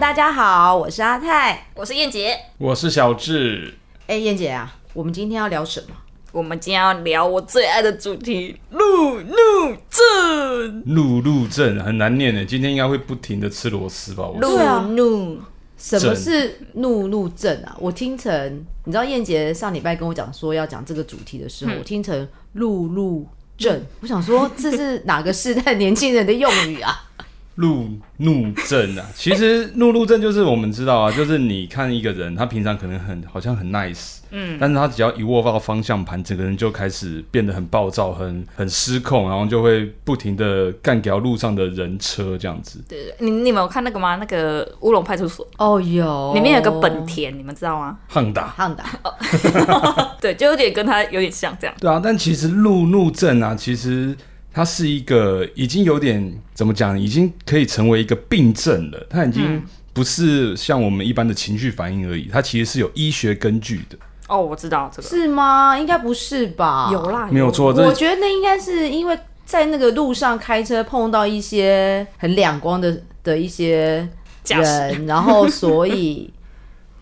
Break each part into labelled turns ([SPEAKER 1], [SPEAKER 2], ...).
[SPEAKER 1] 大家好，我是阿泰。
[SPEAKER 2] 我是燕姐。
[SPEAKER 3] 我是小智，
[SPEAKER 1] 哎，燕姐啊，我们今天要聊什么？
[SPEAKER 2] 我们今天要聊我最爱的主题——路怒症。
[SPEAKER 3] 路路症很难念诶，今天应该会不停的吃螺丝吧？我
[SPEAKER 2] 路
[SPEAKER 1] 对啊
[SPEAKER 2] 怒，
[SPEAKER 1] 什么
[SPEAKER 3] 症
[SPEAKER 1] 是怒怒症啊？我听成，你知道燕姐上礼拜跟我讲说要讲这个主题的时候，
[SPEAKER 2] 嗯
[SPEAKER 1] 我听成怒怒症，我想 说这是哪个世代年轻人的用语啊？
[SPEAKER 3] 路怒症啊，其实路路症就是我们知道啊，就是你看一个人，他平常可能很好像很 nice，嗯，但是他只要一握到方向盘，整个人就开始变得很暴躁，很很失控，然后就会不停的干掉路上的人车这样子。
[SPEAKER 2] 对你你们有看那个吗？那个乌龙派出所
[SPEAKER 1] 哦哟，
[SPEAKER 2] 里面有个本田，你们知道吗？
[SPEAKER 3] 汉达，
[SPEAKER 1] 汉达，
[SPEAKER 2] 对，就有点跟他有点像这样。
[SPEAKER 3] 对啊，但其实路怒症啊，其实它是一个已经有点怎么讲，已经可以成为一个病症了。它已经
[SPEAKER 1] 嗯
[SPEAKER 3] 不是像我们一般的情绪反应而已，它其实是有医学根据的。
[SPEAKER 2] 哦，我知道这个
[SPEAKER 1] 是吗？应该不是吧？
[SPEAKER 2] 啊有啦，
[SPEAKER 3] 没有错，
[SPEAKER 1] 哎我
[SPEAKER 3] 这
[SPEAKER 1] 觉得那应该是因为在那个路上开车碰到一些很两光的的一些
[SPEAKER 2] 驾驶
[SPEAKER 1] 人，然后所以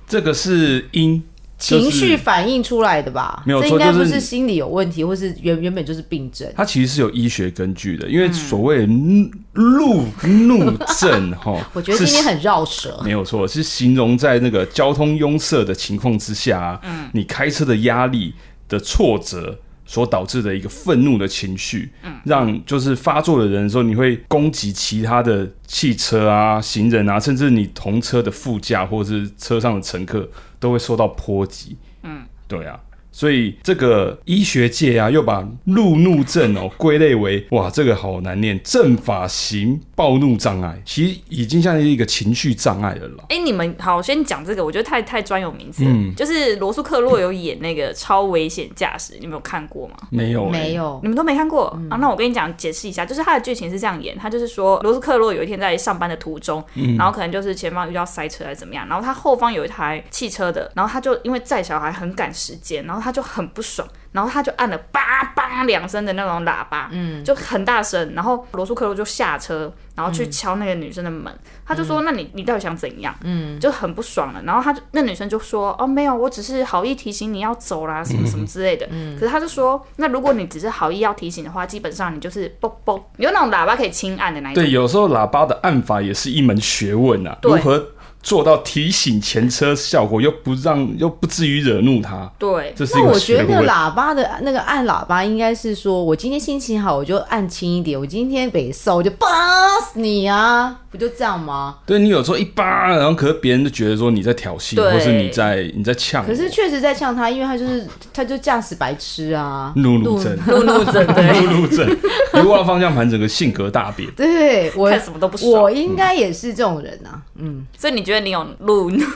[SPEAKER 3] 这个是因
[SPEAKER 1] 情绪。
[SPEAKER 3] 就是
[SPEAKER 1] 反映出来的吧？
[SPEAKER 3] 没有
[SPEAKER 1] 这
[SPEAKER 3] 错
[SPEAKER 1] 应该不
[SPEAKER 3] 就是是
[SPEAKER 1] 心理有问题，或是原原本就是病症。
[SPEAKER 3] 它其实是有医学根据的，因
[SPEAKER 1] 嗯
[SPEAKER 3] 为所谓怒路怒症哈，
[SPEAKER 1] 我觉得
[SPEAKER 3] 是
[SPEAKER 1] 今天很绕舌，
[SPEAKER 3] 没有错，是形容在那个交通拥塞的情况之下、嗯，你开车的压力的挫折所导致的一个愤怒的情绪，嗯，让就是发作的人的时候，你会攻击其他的汽车啊、行人啊，甚至你同车的副驾或者是车上的乘客都会受到波及，嗯，对啊。所以这个医学界啊，又把路怒症哦归类为哇，这个好难念，症法型暴怒障碍，其实已经像是一个情绪障碍了啦。
[SPEAKER 2] 哎、你们好，我先讲这个，我觉得太太专有名词了。就是罗素克洛有演那个《超危险驾驶》，你们有看过吗？
[SPEAKER 3] 没有、欸，
[SPEAKER 1] 没，有
[SPEAKER 2] 你们都没看过、啊？那我跟你讲，解释一下，就是它的剧情是这样演，他就是说罗斯克洛有一天在上班的途中，然后可能就是前方遇到塞车还是怎么样，然后他后方有一台汽车的，然后他就因为载小孩很赶时间，然后他就很不爽，然后他就按了叭叭两声的那种喇叭，嗯，就很大声，然后罗素克洛就下车，然后去敲那个女生的门，他就说：“那你你到底想怎样？”嗯，就很不爽了。然后他就那女生就说：“哦，没有，我只是好意提醒你要走啦，什么什么之类的。”嗯，可是他就说：“那如果你只是好意要提醒的话，基本上你就是啵啵，有那种喇叭可以轻按的那一种。
[SPEAKER 3] 对，有时候喇叭的按法也是一门学问啊，
[SPEAKER 2] 对
[SPEAKER 3] 如何做到提醒前车效果，又不让又不至于惹怒他，
[SPEAKER 2] 对
[SPEAKER 3] 这是一
[SPEAKER 1] 那
[SPEAKER 3] 个
[SPEAKER 1] 我觉
[SPEAKER 3] 学
[SPEAKER 1] 得那
[SPEAKER 3] 问
[SPEAKER 1] 个。喇叭的那个按喇叭应该是说，我今天心情好，我就按轻一点；我今天北受，我就巴死你啊，不就这样吗？
[SPEAKER 3] 对你有时候一巴，然后可是别人就觉得说你在挑衅，
[SPEAKER 2] 对
[SPEAKER 3] 或是你在你在呛我。
[SPEAKER 1] 可是确实在呛他，因为他就是他就驾驶白痴啊，
[SPEAKER 3] 怒怒症，
[SPEAKER 2] 路怒症，对，
[SPEAKER 3] 路 怒症，一握到方向盘，整个性格大变。
[SPEAKER 1] 对我
[SPEAKER 2] 看什么都不爽
[SPEAKER 1] 我应该也是这种人啊，嗯，
[SPEAKER 2] 所以你觉得你有路怒？嗯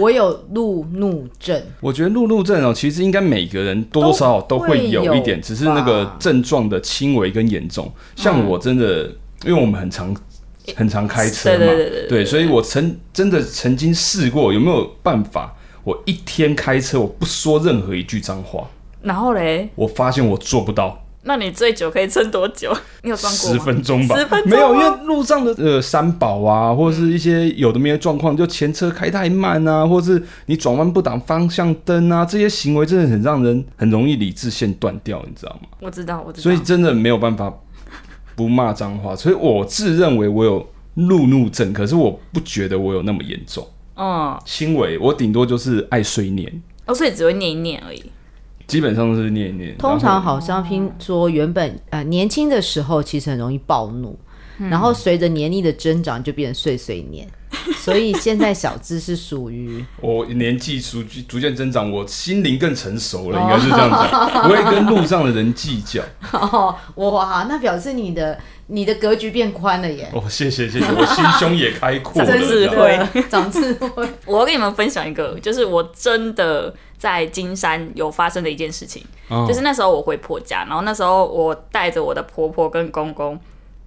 [SPEAKER 1] 我有路怒症，
[SPEAKER 3] 我觉得路怒症哦，其实应该每个人多多少少都会有一点，
[SPEAKER 1] 都会有吧
[SPEAKER 3] 只是那个症状的轻微跟严重。
[SPEAKER 2] 嗯
[SPEAKER 3] 像我真的，因为我们很常很常开车嘛，
[SPEAKER 2] 对对对对对
[SPEAKER 3] 所以我曾真的曾经试过，有没有办法？我一天开车，我不说任何一句脏话，
[SPEAKER 2] 然后嘞，
[SPEAKER 3] 我发现我做不到
[SPEAKER 2] 那你最久可以撑多久？你有算过吗？
[SPEAKER 3] 十分钟吧，
[SPEAKER 2] 十分钟啊
[SPEAKER 3] 没有，因
[SPEAKER 2] 吗
[SPEAKER 3] 为路上的呃三宝啊，或者是一些有的没的状况，就前车开太慢啊，或是你转弯不挡方向灯啊，这些行为真的很让人很容易理智线断掉，你知道吗？
[SPEAKER 2] 我知道，我知道。
[SPEAKER 3] 所以真的没有办法不骂脏话，所以我自认为我有路怒症，可是我不觉得我有那么严重，
[SPEAKER 2] 嗯，
[SPEAKER 3] 轻微，我顶多就是爱碎念，
[SPEAKER 2] 哦，所以只会念一念而已。
[SPEAKER 3] 基本上都是念一念。
[SPEAKER 1] 通
[SPEAKER 3] 然
[SPEAKER 1] 常
[SPEAKER 3] 后
[SPEAKER 1] 好像听说原本呃年轻的时候其实很容易暴怒，然后随着年龄的增长就变成碎碎 念，所以现在小智是属于
[SPEAKER 3] 我年纪逐逐渐增长，我心灵更成熟
[SPEAKER 2] 哦
[SPEAKER 3] 了，应该是这样讲，不会跟路上的人计较。
[SPEAKER 1] 哦哇，那表示你的你的格局变宽了耶，
[SPEAKER 3] 哦，谢谢谢 谢，我心胸也开阔了，
[SPEAKER 2] 真是
[SPEAKER 3] 这样
[SPEAKER 2] 会
[SPEAKER 1] 对 长智慧。
[SPEAKER 2] 我要跟你们分享一个，就是我真的在金山有发生的一件事情，
[SPEAKER 3] 哦
[SPEAKER 2] 就是那时候我回婆家，然后那时候我带着我的婆婆跟公公，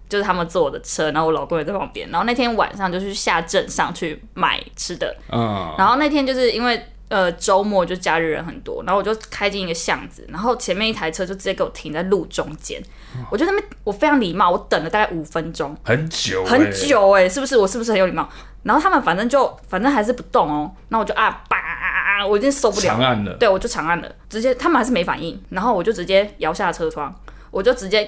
[SPEAKER 2] 就是他们坐我的车，然后我老公也在旁边，然后那天晚上就去下镇上去买吃的，
[SPEAKER 3] 啊。
[SPEAKER 2] 然后那天就是因为呃周末就假日人很多，然后我就开进一个巷子，然后前面一台车就直接给我停在路中间，我就在那边我非常礼貌，我等了大概五分钟，
[SPEAKER 3] 很久、欸，
[SPEAKER 2] 很。久哎、是不是？我是不是很有礼貌？然后他们反正就反正还是不动哦，那我就啊叭啊啊，我已经受不了
[SPEAKER 3] 长
[SPEAKER 2] 了，
[SPEAKER 3] 按了，
[SPEAKER 2] 对我就长按了，直接他们还是没反应，然后我就直接摇下车窗，我就直接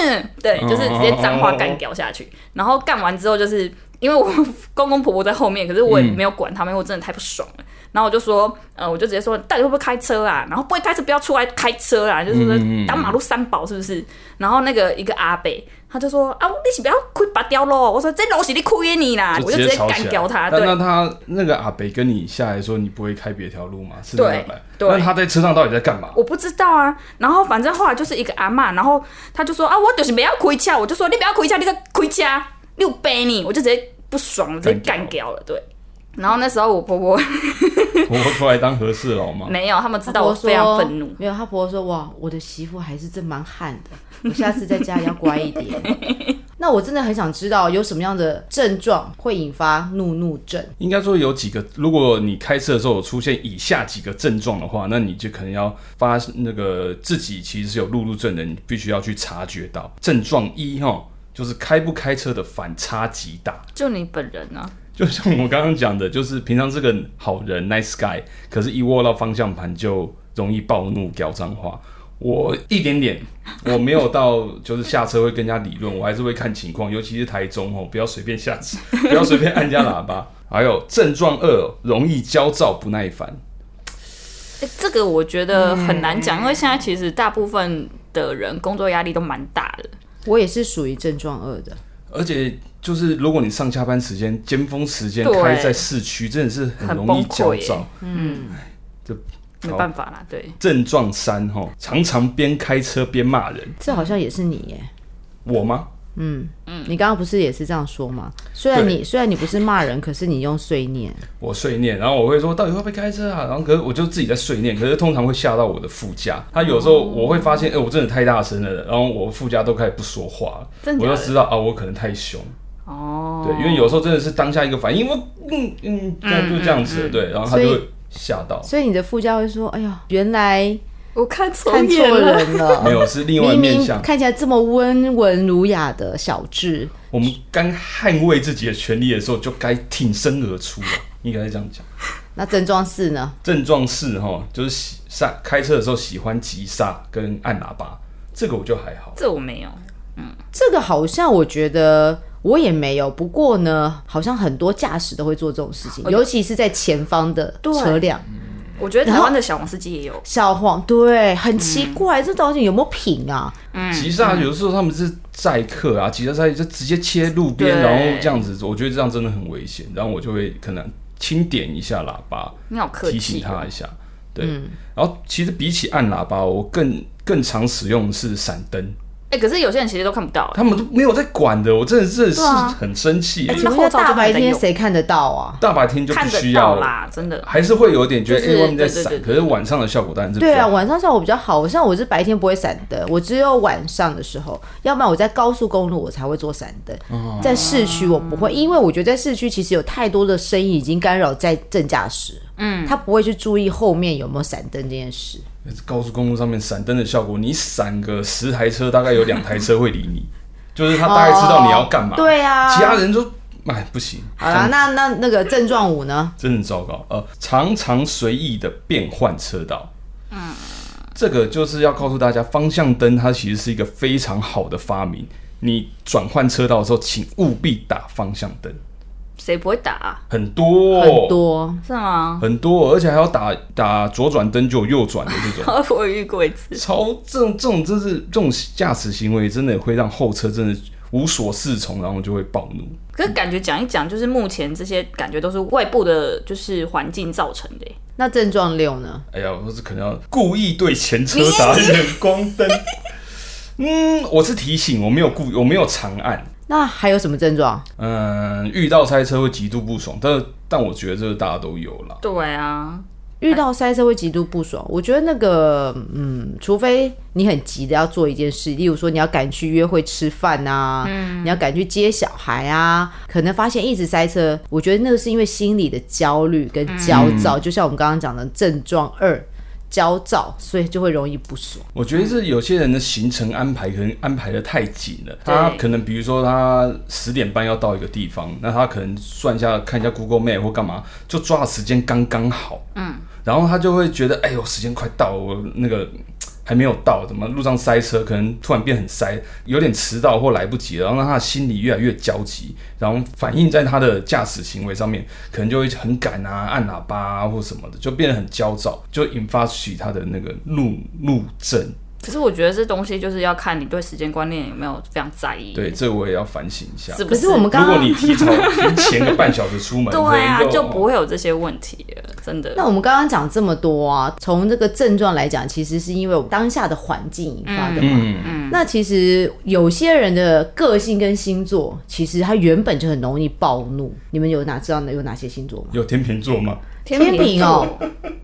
[SPEAKER 2] 嗯，对，就是直接脏话干掉下去，然后干完之后就是因为我 公公婆婆在后面，可是我也没有管他们，因为我真的太不爽了。然后我就说，呃，我就直接说，到底会不会开车啊？然后不会开车不要出来开车啊，就是说当马路三宝是不是？然后那个一个阿伯他就说啊，你是不要开拔掉咯。我说这楼是你开的你啦，啊我就直接
[SPEAKER 3] 吵
[SPEAKER 2] 干
[SPEAKER 3] 起来。
[SPEAKER 2] 掉他。
[SPEAKER 3] 但
[SPEAKER 2] 对
[SPEAKER 3] 那，他那个阿北跟你下来说，你不会开别条路吗？是这
[SPEAKER 2] 对
[SPEAKER 3] 样吧
[SPEAKER 2] 对
[SPEAKER 3] 那他在车上到底在干嘛？
[SPEAKER 2] 我不知道啊。然后反正后来就是一个阿嬷，然后她就说啊，我就是不要开车，我就说你不要开车，你个开车，啊你有病你，我就直接不爽了，直接干
[SPEAKER 3] 干
[SPEAKER 2] 掉了。对。然后那时候我婆婆
[SPEAKER 3] 我出来当和事佬吗？
[SPEAKER 2] 没有，他们知
[SPEAKER 1] 她
[SPEAKER 2] 道
[SPEAKER 1] 婆
[SPEAKER 2] 我
[SPEAKER 1] 说
[SPEAKER 2] 非常愤
[SPEAKER 3] 哦
[SPEAKER 2] 怒。
[SPEAKER 1] 没有，她婆婆说：“哇，我的媳妇还是真蛮悍的，我下次在家要乖一 点。”那我真的很想知道有什么样的症状会引发怒怒症。
[SPEAKER 3] 应该说有几个，如果你开车的时候有出现以下几个症状的话，那你就可能要发那个自己其实是有路怒症的，你必须要去察觉到。症状一哈，就是开不开车的反差极大。
[SPEAKER 2] 就你本人啊，
[SPEAKER 3] 就像我刚刚讲的，就是平常是个好人，nice guy，可是一握到方向盘就容易暴怒、飙脏话。我一点点，我没有到就是下车会跟人家理论，我还是会看情况，尤其是台中哦，不要随便下车，不要随便按人家喇叭。还有症状二，容易焦躁不耐烦。
[SPEAKER 2] 诶哎这个我觉得很难讲，因为现在其实大部分的人工作压力都蛮大的。
[SPEAKER 1] 我也是属于症状二的，
[SPEAKER 3] 而且就是，如果你上下班时间、尖峰时间
[SPEAKER 2] 对
[SPEAKER 3] 开在市区，真的是很
[SPEAKER 2] 很
[SPEAKER 3] 容易
[SPEAKER 2] 崩
[SPEAKER 3] 焦
[SPEAKER 2] 溃
[SPEAKER 3] 躁。
[SPEAKER 2] 嗯，
[SPEAKER 3] 这
[SPEAKER 2] 没
[SPEAKER 3] 好
[SPEAKER 2] 办法啦，对，
[SPEAKER 3] 症状三，哈，哦常常边开车边骂人。
[SPEAKER 1] 这好像也是你耶。
[SPEAKER 3] 我吗？
[SPEAKER 1] 你刚刚不是也是这样说吗？虽然你虽然你不是骂人，可是你用碎念，
[SPEAKER 3] 我碎念，然后我会说到底会不会开车啊？然后可是我就自己在碎念，可是通常会吓到我的副驾。他有
[SPEAKER 2] 哦
[SPEAKER 3] 时候我会发现，哎、我真的太大声了，然后我副驾都开始不说话了，
[SPEAKER 2] 真的
[SPEAKER 3] 我
[SPEAKER 2] 假
[SPEAKER 3] 就
[SPEAKER 2] 的
[SPEAKER 3] 知道啊，我可能太凶。
[SPEAKER 2] 哦，
[SPEAKER 3] 对，因为有时候真的是当下一个反应，我嗯嗯，这样就这样子了，对，然后他
[SPEAKER 1] 所以
[SPEAKER 3] 就会吓到。
[SPEAKER 1] 所以你的副驾会说：“哎呀，原来
[SPEAKER 2] 我看错
[SPEAKER 1] 看错
[SPEAKER 2] 眼了，
[SPEAKER 1] 人了。”
[SPEAKER 3] 没有，是另外
[SPEAKER 1] 明
[SPEAKER 3] 面
[SPEAKER 1] 明
[SPEAKER 3] 向。
[SPEAKER 1] 看起来这么温文儒雅的小智，
[SPEAKER 3] 我们刚捍卫自己的权利的时候，就该挺身而出了，应该是这样讲。
[SPEAKER 1] 那症状四呢？
[SPEAKER 3] 症状四哈，就是喜刹开车的时候喜欢急刹跟按喇叭，这个我就还好。
[SPEAKER 2] 这我没有。
[SPEAKER 1] 这个好像我觉得我也没有，不过呢，好像很多驾驶都会做这种事情，尤其是在前方的车辆。
[SPEAKER 2] 嗯我觉得台湾的小王司机也有，
[SPEAKER 1] 小黄对，很
[SPEAKER 2] 嗯
[SPEAKER 1] 奇怪，这到底有没有品啊？
[SPEAKER 3] 急刹有时候他们是载客啊，急刹塞就直接切路边，
[SPEAKER 2] 嗯对
[SPEAKER 3] 然后这样子，我觉得这样真的很危险。然后我就会可能轻点一下喇叭，
[SPEAKER 2] 你好客
[SPEAKER 3] 提醒
[SPEAKER 2] 气嗯哦，
[SPEAKER 3] 他一下。对，然后其实比起按喇叭，我更更常使用的是闪灯，
[SPEAKER 2] 哎、可是有些人其实都看不到、哎
[SPEAKER 3] 他们都没有在管的，我真的真的是
[SPEAKER 2] 对啊
[SPEAKER 3] 很生气
[SPEAKER 2] 哎。
[SPEAKER 1] 请问一下，大白天谁看得到啊？
[SPEAKER 3] 大白天就不
[SPEAKER 2] 看
[SPEAKER 3] 需
[SPEAKER 2] 得
[SPEAKER 3] 要
[SPEAKER 2] 到
[SPEAKER 3] 了，
[SPEAKER 2] 啦，真的。
[SPEAKER 3] 还是会有点觉得
[SPEAKER 2] 就是
[SPEAKER 3] 哎外面在
[SPEAKER 2] 对对
[SPEAKER 3] 闪
[SPEAKER 2] 对，
[SPEAKER 3] 可是晚上的效果当然是比
[SPEAKER 1] 对啊，
[SPEAKER 3] 较
[SPEAKER 1] 晚上效果比较好。像我是白天不会闪灯，我只有晚上的时候，要不然我在高速公路我才会做闪灯，在市区我不会，因为我觉得在市区其实有太多的声音已经干扰在正驾驶，嗯，他不会去注意后面有没有闪灯这件事。
[SPEAKER 3] 高速公路上面闪灯的效果，你闪个十台车，大概有两台车会 理你，就是他大概知道你要干嘛。
[SPEAKER 1] 对啊，
[SPEAKER 3] 其他人就哎不行，
[SPEAKER 1] 好啦，那那那个症状五呢？
[SPEAKER 3] 真的很糟糕。呃，常常随意的变换车道，嗯，这个就是要告诉大家，方向灯它其实是一个非常好的发明。你转换车道的时候，请务必打方向灯，
[SPEAKER 2] 谁不会打、啊？
[SPEAKER 3] 很多、
[SPEAKER 1] 很多，
[SPEAKER 2] 是吗？
[SPEAKER 3] 很多，而且还要打打左转灯就有右转的这种。
[SPEAKER 2] 我有遇过一次，
[SPEAKER 3] 超这种这种真是这种驾驶行为，真的会让后车真的无所适从，然后就会暴怒。
[SPEAKER 2] 可是感觉讲一讲，就是目前这些感觉都是外部的，就是环境造成的、哎
[SPEAKER 1] 那症状六呢？
[SPEAKER 3] 哎呀，我是可能要故意对前车打远光灯。嗯，我是提醒，我没有故，我没有长按。
[SPEAKER 1] 那还有什么症状？
[SPEAKER 3] 嗯，遇到塞车会极度不爽，但但我觉得这个大家都有啦。
[SPEAKER 2] 对啊，
[SPEAKER 1] 遇到塞车会极度不爽。我觉得那个，嗯，除非你很急的要做一件事，例如说你要赶去约会吃饭啊，你要赶去接小孩啊，可能发现一直塞车，我觉得那个是因为心理的焦虑跟焦躁，就像我们刚刚讲的症状二。焦躁，所以就会容易不爽。
[SPEAKER 3] 我觉得是有些人的行程安排可能安排的太紧了，他可能比如说他十点半要到一个地方，那他可能算一下看一下 Google Map 或干嘛，就抓的时间刚刚好，嗯，然后他就会觉得哎呦时间快到了，我那个。还没有到，怎么路上塞车，可能突然变很塞，有点迟到或来不及了，然后让他的心里越来越焦急，然后反映在他的驾驶行为上面，可能就会很赶啊，按喇叭啊或什么的，就变得很焦躁，就引发起他的那个怒怒症。
[SPEAKER 2] 可是我觉得这东西就是要看你对时间观念有没有非常在意，
[SPEAKER 3] 对，这我也要反省一下。
[SPEAKER 2] 是不
[SPEAKER 1] 可是我们
[SPEAKER 3] 如
[SPEAKER 1] 刚
[SPEAKER 3] 果
[SPEAKER 1] 刚
[SPEAKER 3] 你提早提前个半小时出 门，
[SPEAKER 2] 对啊
[SPEAKER 3] 可能，
[SPEAKER 2] 就不会有这些问题了，真的。
[SPEAKER 1] 那我们刚刚讲这么多啊，从这个症状来讲，其实是因为我们当下的环境引发
[SPEAKER 3] 嗯
[SPEAKER 1] 的嘛。
[SPEAKER 2] 嗯
[SPEAKER 1] 那其实有些人的个性跟星座，其实他原本就很容易暴怒。你们有哪知道有哪些星座吗？
[SPEAKER 3] 有天秤座吗？
[SPEAKER 1] 秤哦，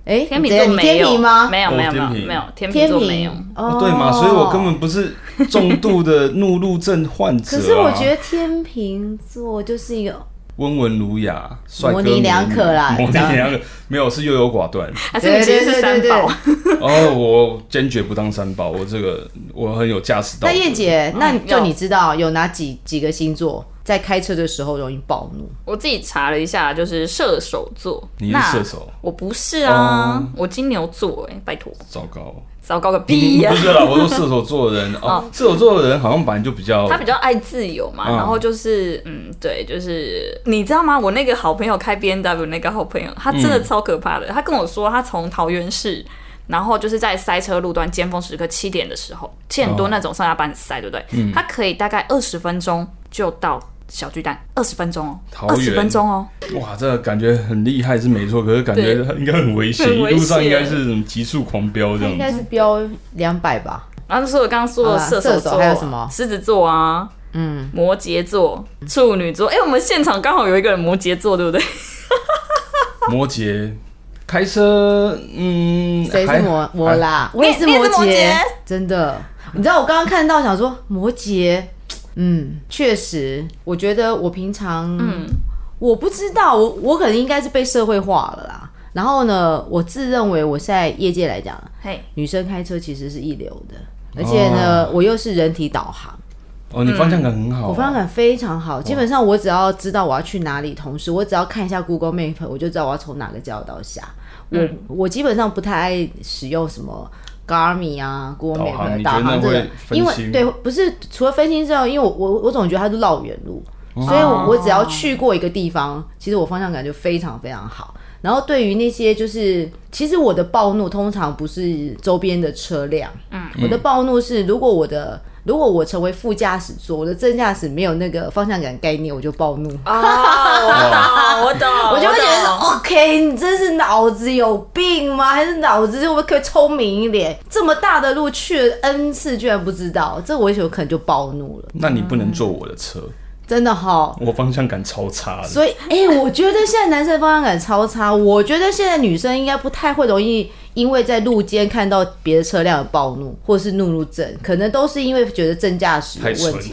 [SPEAKER 1] 哎，
[SPEAKER 2] 天秤
[SPEAKER 1] 怎样
[SPEAKER 2] 座
[SPEAKER 1] 你
[SPEAKER 2] 没
[SPEAKER 1] 天
[SPEAKER 2] 有
[SPEAKER 1] 秤吗？
[SPEAKER 2] 没有
[SPEAKER 3] 哦
[SPEAKER 2] 没有没有
[SPEAKER 3] 天秤
[SPEAKER 2] 没有，天秤
[SPEAKER 1] 天
[SPEAKER 2] 座没有。啊
[SPEAKER 1] 秤哦，
[SPEAKER 3] 啊对嘛，所以我根本不是重度的怒路症患者、啊。
[SPEAKER 1] 可是我觉得天秤座就是一个，
[SPEAKER 3] 温文儒雅，帅哥
[SPEAKER 1] 模棱两可啦
[SPEAKER 3] 模棱
[SPEAKER 1] 你知道
[SPEAKER 3] 两可，没有是优柔 寡断。
[SPEAKER 2] 还是你其实是三
[SPEAKER 1] 对对对
[SPEAKER 2] 宝
[SPEAKER 1] 对，
[SPEAKER 3] 哦，我坚决不当三宝，我这个我很有驾驶道
[SPEAKER 1] 那
[SPEAKER 3] 德。
[SPEAKER 1] 燕
[SPEAKER 3] 嗯
[SPEAKER 1] 姐，那你
[SPEAKER 2] 嗯有
[SPEAKER 1] 就你知道有哪几几个星座在开车的时候容易暴怒？
[SPEAKER 2] 我自己查了一下，就是射手座。
[SPEAKER 3] 你是
[SPEAKER 2] 那
[SPEAKER 3] 射手，哦
[SPEAKER 2] 我不是啊，我金牛座哎、拜托，
[SPEAKER 3] 糟糕，
[SPEAKER 2] 糟糕个
[SPEAKER 1] 哎
[SPEAKER 2] 屁呀、
[SPEAKER 3] 不是啦，我说射手座的人哦，射手座的人好像本来就比较
[SPEAKER 2] 他比较爱自由嘛，
[SPEAKER 3] 哦嗯
[SPEAKER 2] 然后就是嗯，对，就是你知道吗？我那个好朋友开 B N W 那个好朋友，他真的超可怕的。他跟我说，他从桃园市，然后就是在塞车路段尖峰时刻七点的时候，七点多那种上下班很塞，对
[SPEAKER 3] 哦
[SPEAKER 2] 不对？
[SPEAKER 3] 嗯
[SPEAKER 2] 他可以大概二十分钟就到小巨蛋，二十分钟哦，
[SPEAKER 3] 桃园
[SPEAKER 2] 二十分钟哦，
[SPEAKER 3] 哇，这个感觉很厉害是没错，可是感觉应该很危险，
[SPEAKER 2] 很
[SPEAKER 3] 一
[SPEAKER 2] 危
[SPEAKER 3] 路上
[SPEAKER 2] 险
[SPEAKER 3] 应该是什么急速狂飙这
[SPEAKER 1] 他应该
[SPEAKER 3] 样。
[SPEAKER 1] 是标两百吧？
[SPEAKER 2] 然后就是我刚刚说的
[SPEAKER 1] 好啦
[SPEAKER 2] 射
[SPEAKER 1] 射手
[SPEAKER 2] 座，
[SPEAKER 1] 还有什么
[SPEAKER 2] 狮子座啊，嗯，摩羯座、处女座。哎、我们现场刚好有一个人摩羯座，对不对？
[SPEAKER 3] 摩羯开车，嗯，
[SPEAKER 1] 谁是
[SPEAKER 3] 还
[SPEAKER 1] 摩摩？啦？我
[SPEAKER 2] 你
[SPEAKER 1] 也是
[SPEAKER 2] 哎你也
[SPEAKER 1] 摩
[SPEAKER 2] 是摩羯
[SPEAKER 1] 真的。你知道我刚刚看到想说摩羯，嗯，确实，我觉得我平常，嗯，我不知道，我我可能应该是被社会化了啦。然后呢，我自认为我在业界来讲，
[SPEAKER 2] 嘿，
[SPEAKER 1] 女生开车其实是一流的，而且呢，我又是人体导航。
[SPEAKER 3] 还哦哦，你方向感很好啊，
[SPEAKER 1] 嗯我方向感非常好，基本上我只要知道我要去哪里，同时我只要看一下 Google Map，我就知道我要从哪个交道下。我、
[SPEAKER 3] 嗯
[SPEAKER 1] 我基本上不太爱使用什么 Garmin 啊、Google
[SPEAKER 3] 导航
[SPEAKER 1] Map
[SPEAKER 3] 你
[SPEAKER 1] 导
[SPEAKER 3] 觉得
[SPEAKER 1] 航这
[SPEAKER 3] 会
[SPEAKER 1] 个，
[SPEAKER 3] 分
[SPEAKER 1] 因为
[SPEAKER 3] 心
[SPEAKER 1] 对，不是除了分心之后，因为我我我总觉得它是绕远路，
[SPEAKER 3] 哦
[SPEAKER 1] 所以我我只要去过一个地方，其实我方向感就非常非常好。然后对于那些就是，其实我的暴怒通常不是周边的车辆，嗯，我的暴怒是如果我的如果我成为副驾驶座，我的正驾驶没有那个方向感概念，我就暴怒，
[SPEAKER 2] 啊，我懂，我懂，
[SPEAKER 1] 我就会觉得
[SPEAKER 2] 懂
[SPEAKER 1] 说，OK，你真是脑子有病吗？还是脑子我可以聪明一点？这么大的路去了 n 次，居然不知道，这我有可能就暴怒了，
[SPEAKER 3] 那你不能坐我的车，
[SPEAKER 1] 真的哈、
[SPEAKER 3] 我方向感超差的。
[SPEAKER 1] 所以，哎、我觉得现在男生的方向感超差。我觉得现在女生应该不太会容易因为在路间看到别的车辆而暴怒，或是怒路症，可能都是因为觉得正驾驶有
[SPEAKER 3] 太
[SPEAKER 1] 问
[SPEAKER 3] 蠢
[SPEAKER 1] 题。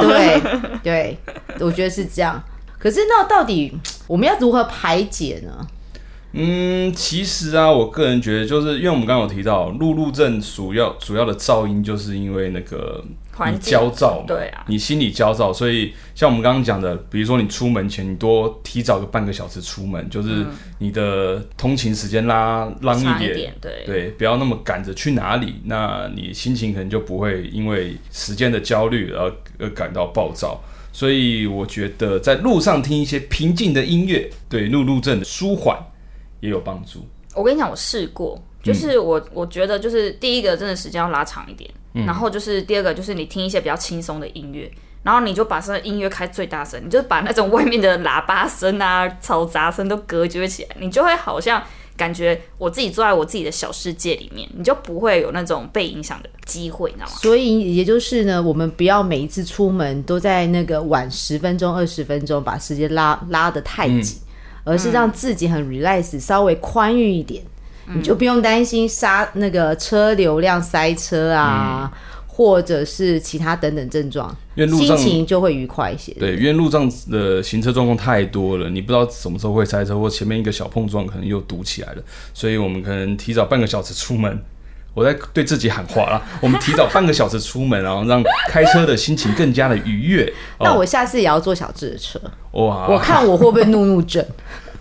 [SPEAKER 1] 对对，我觉得是这样。可是那到底我们要如何排解呢？
[SPEAKER 3] 嗯，其实啊，我个人觉得，就是因为我们刚刚有提到，路路症主要主要的噪音，就是因为那个
[SPEAKER 2] 环
[SPEAKER 3] 你
[SPEAKER 2] 境
[SPEAKER 3] 焦躁嘛，
[SPEAKER 2] 对啊，
[SPEAKER 3] 你心理焦躁，所以像我们刚刚讲的，比如说你出门前，你多提早个半个小时出门，
[SPEAKER 2] 嗯
[SPEAKER 3] 就是你的通勤时间拉浪
[SPEAKER 2] 差
[SPEAKER 3] 一
[SPEAKER 2] 一
[SPEAKER 3] 点
[SPEAKER 2] 点，，对，
[SPEAKER 3] 对，不要那么赶着去哪里，那你心情可能就不会因为时间的焦虑而而感到暴躁。所以我觉得在路上听一些平静的音乐，对路路症的舒缓也有帮助。
[SPEAKER 2] 我跟你讲，我试过，就是我、我觉得就是第一个真的时间要拉长一点，然后就是第二个就是你听一些比较轻松的音乐。然后你就把这音乐开最大声，你就把那种外面的喇叭声啊、嘈杂声都隔绝起来，你就会好像感觉我自己坐在我自己的小世界里面，你就不会有那种被影响的机会，你知道吗？
[SPEAKER 1] 所以也就是呢，我们不要每一次
[SPEAKER 3] 嗯
[SPEAKER 1] 出门都在那个晚十分钟、二十分钟把时间拉拉得太紧。而是让自己很 relax，稍微宽裕一点，
[SPEAKER 3] 嗯
[SPEAKER 1] 你就不用担心刹那个车流量塞车啊，或者是其他等等症状，
[SPEAKER 3] 嗯因为路
[SPEAKER 1] 心
[SPEAKER 3] 上
[SPEAKER 1] 情就会愉快一些。
[SPEAKER 3] 对，因为路上的行车状况太多了，你不知道什么时候会塞车，或前面一个小碰撞可能又堵起来了，所以我们可能提早半个小时出门。我在对自己喊话啦，我们提早半个小时出门，然后让开车的心情更加的愉悦。哦
[SPEAKER 1] 那我下次也要坐小智的车，
[SPEAKER 3] 哇，
[SPEAKER 1] 我看我会不会怒怒 症？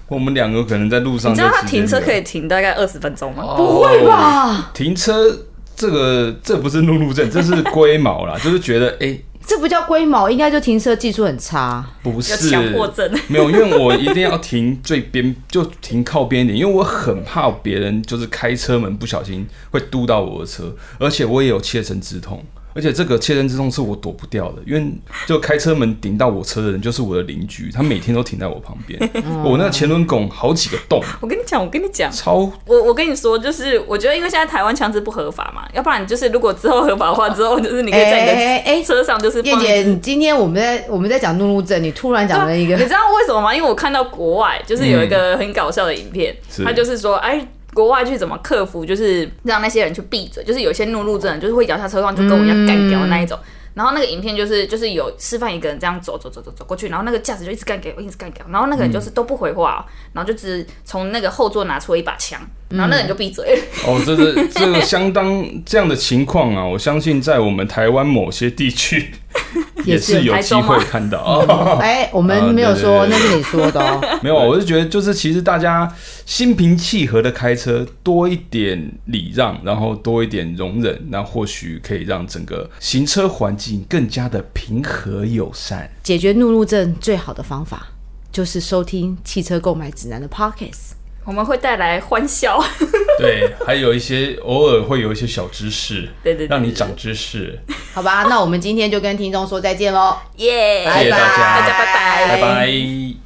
[SPEAKER 3] 我们两个可能在路上
[SPEAKER 2] 你知道他
[SPEAKER 3] 就直接
[SPEAKER 2] 停车
[SPEAKER 3] 没有
[SPEAKER 2] 可以停大概二十分钟
[SPEAKER 3] 哦
[SPEAKER 2] 吗？
[SPEAKER 1] 不会吧？
[SPEAKER 3] 停车这个这不是路怒症，这是龟毛啦，就是觉得哎、诶
[SPEAKER 1] 这不叫龟毛，应该就停车技术很差。
[SPEAKER 3] 不
[SPEAKER 2] 有
[SPEAKER 3] 是
[SPEAKER 2] 强迫症
[SPEAKER 3] 没有，因为我一定要停最边，就停靠边一点，因为我很怕别人就是开车门不小心会嘟到我的车，而且我也有切身之痛。而且这个切身之痛是我躲不掉的，因为就开车门顶到我车的人就是我的邻居，他每天都停在我旁边，哦我那个前轮拱好几个洞，
[SPEAKER 2] 我跟你讲，我跟你讲，
[SPEAKER 3] 超
[SPEAKER 2] 我我跟你说，就是我觉得因为现在台湾枪支不合法嘛，要不然就是如果之后合法化之后，就是你可以在
[SPEAKER 1] 哎哎
[SPEAKER 2] 你的
[SPEAKER 1] 哎
[SPEAKER 2] 车上就是
[SPEAKER 1] 燕
[SPEAKER 2] 放一
[SPEAKER 1] 姐，
[SPEAKER 2] 支
[SPEAKER 1] 你今天我们在我们在讲怒怒症，你突然讲了一个
[SPEAKER 3] 哦
[SPEAKER 2] 你，知道为什么吗？因为我看到国外就是有一个很搞笑的影片，
[SPEAKER 3] 是
[SPEAKER 2] 他就是说，哎。国外去怎么克服，就是让那些人去闭嘴，就是有些怒路症，就是会摇下车窗就跟我一样干掉那一
[SPEAKER 1] 嗯
[SPEAKER 2] 种。然后那个影片就是就是有示范一个人这样走走走走走过去，然后那个驾驶就一直干掉，一直干掉，然后那个人就是都不回话、哦，然后就只从那个后座拿出了一把枪，然后那个人就闭嘴。
[SPEAKER 3] 哦，这是这个相当这样的情况啊，我相信在我们台湾某些 地区也
[SPEAKER 1] 也是
[SPEAKER 3] 是有机会看到啊。
[SPEAKER 1] 哎，我们没有
[SPEAKER 3] 啊
[SPEAKER 1] 说，
[SPEAKER 3] 对
[SPEAKER 1] 那
[SPEAKER 3] 对
[SPEAKER 1] 是你说的哦。
[SPEAKER 3] 没有，我是觉得就是其实大家心平气和的开车，多一点礼让，然后多一点容忍，那或许可以让整个行车环境更加的平和友善。
[SPEAKER 1] 解决怒怒症最好的方法就是收听《汽车购买指南》的 Podcast。
[SPEAKER 2] 我们会带来欢笑，
[SPEAKER 3] 对，还有一些偶尔会有一些小知识，
[SPEAKER 2] 对对对
[SPEAKER 3] 让你长知识。
[SPEAKER 1] 好吧，那我们今天就跟听众说再见喽。
[SPEAKER 2] 耶、
[SPEAKER 1] 拜
[SPEAKER 3] 谢谢大家
[SPEAKER 1] 哎
[SPEAKER 2] 大家拜拜
[SPEAKER 3] 拜拜。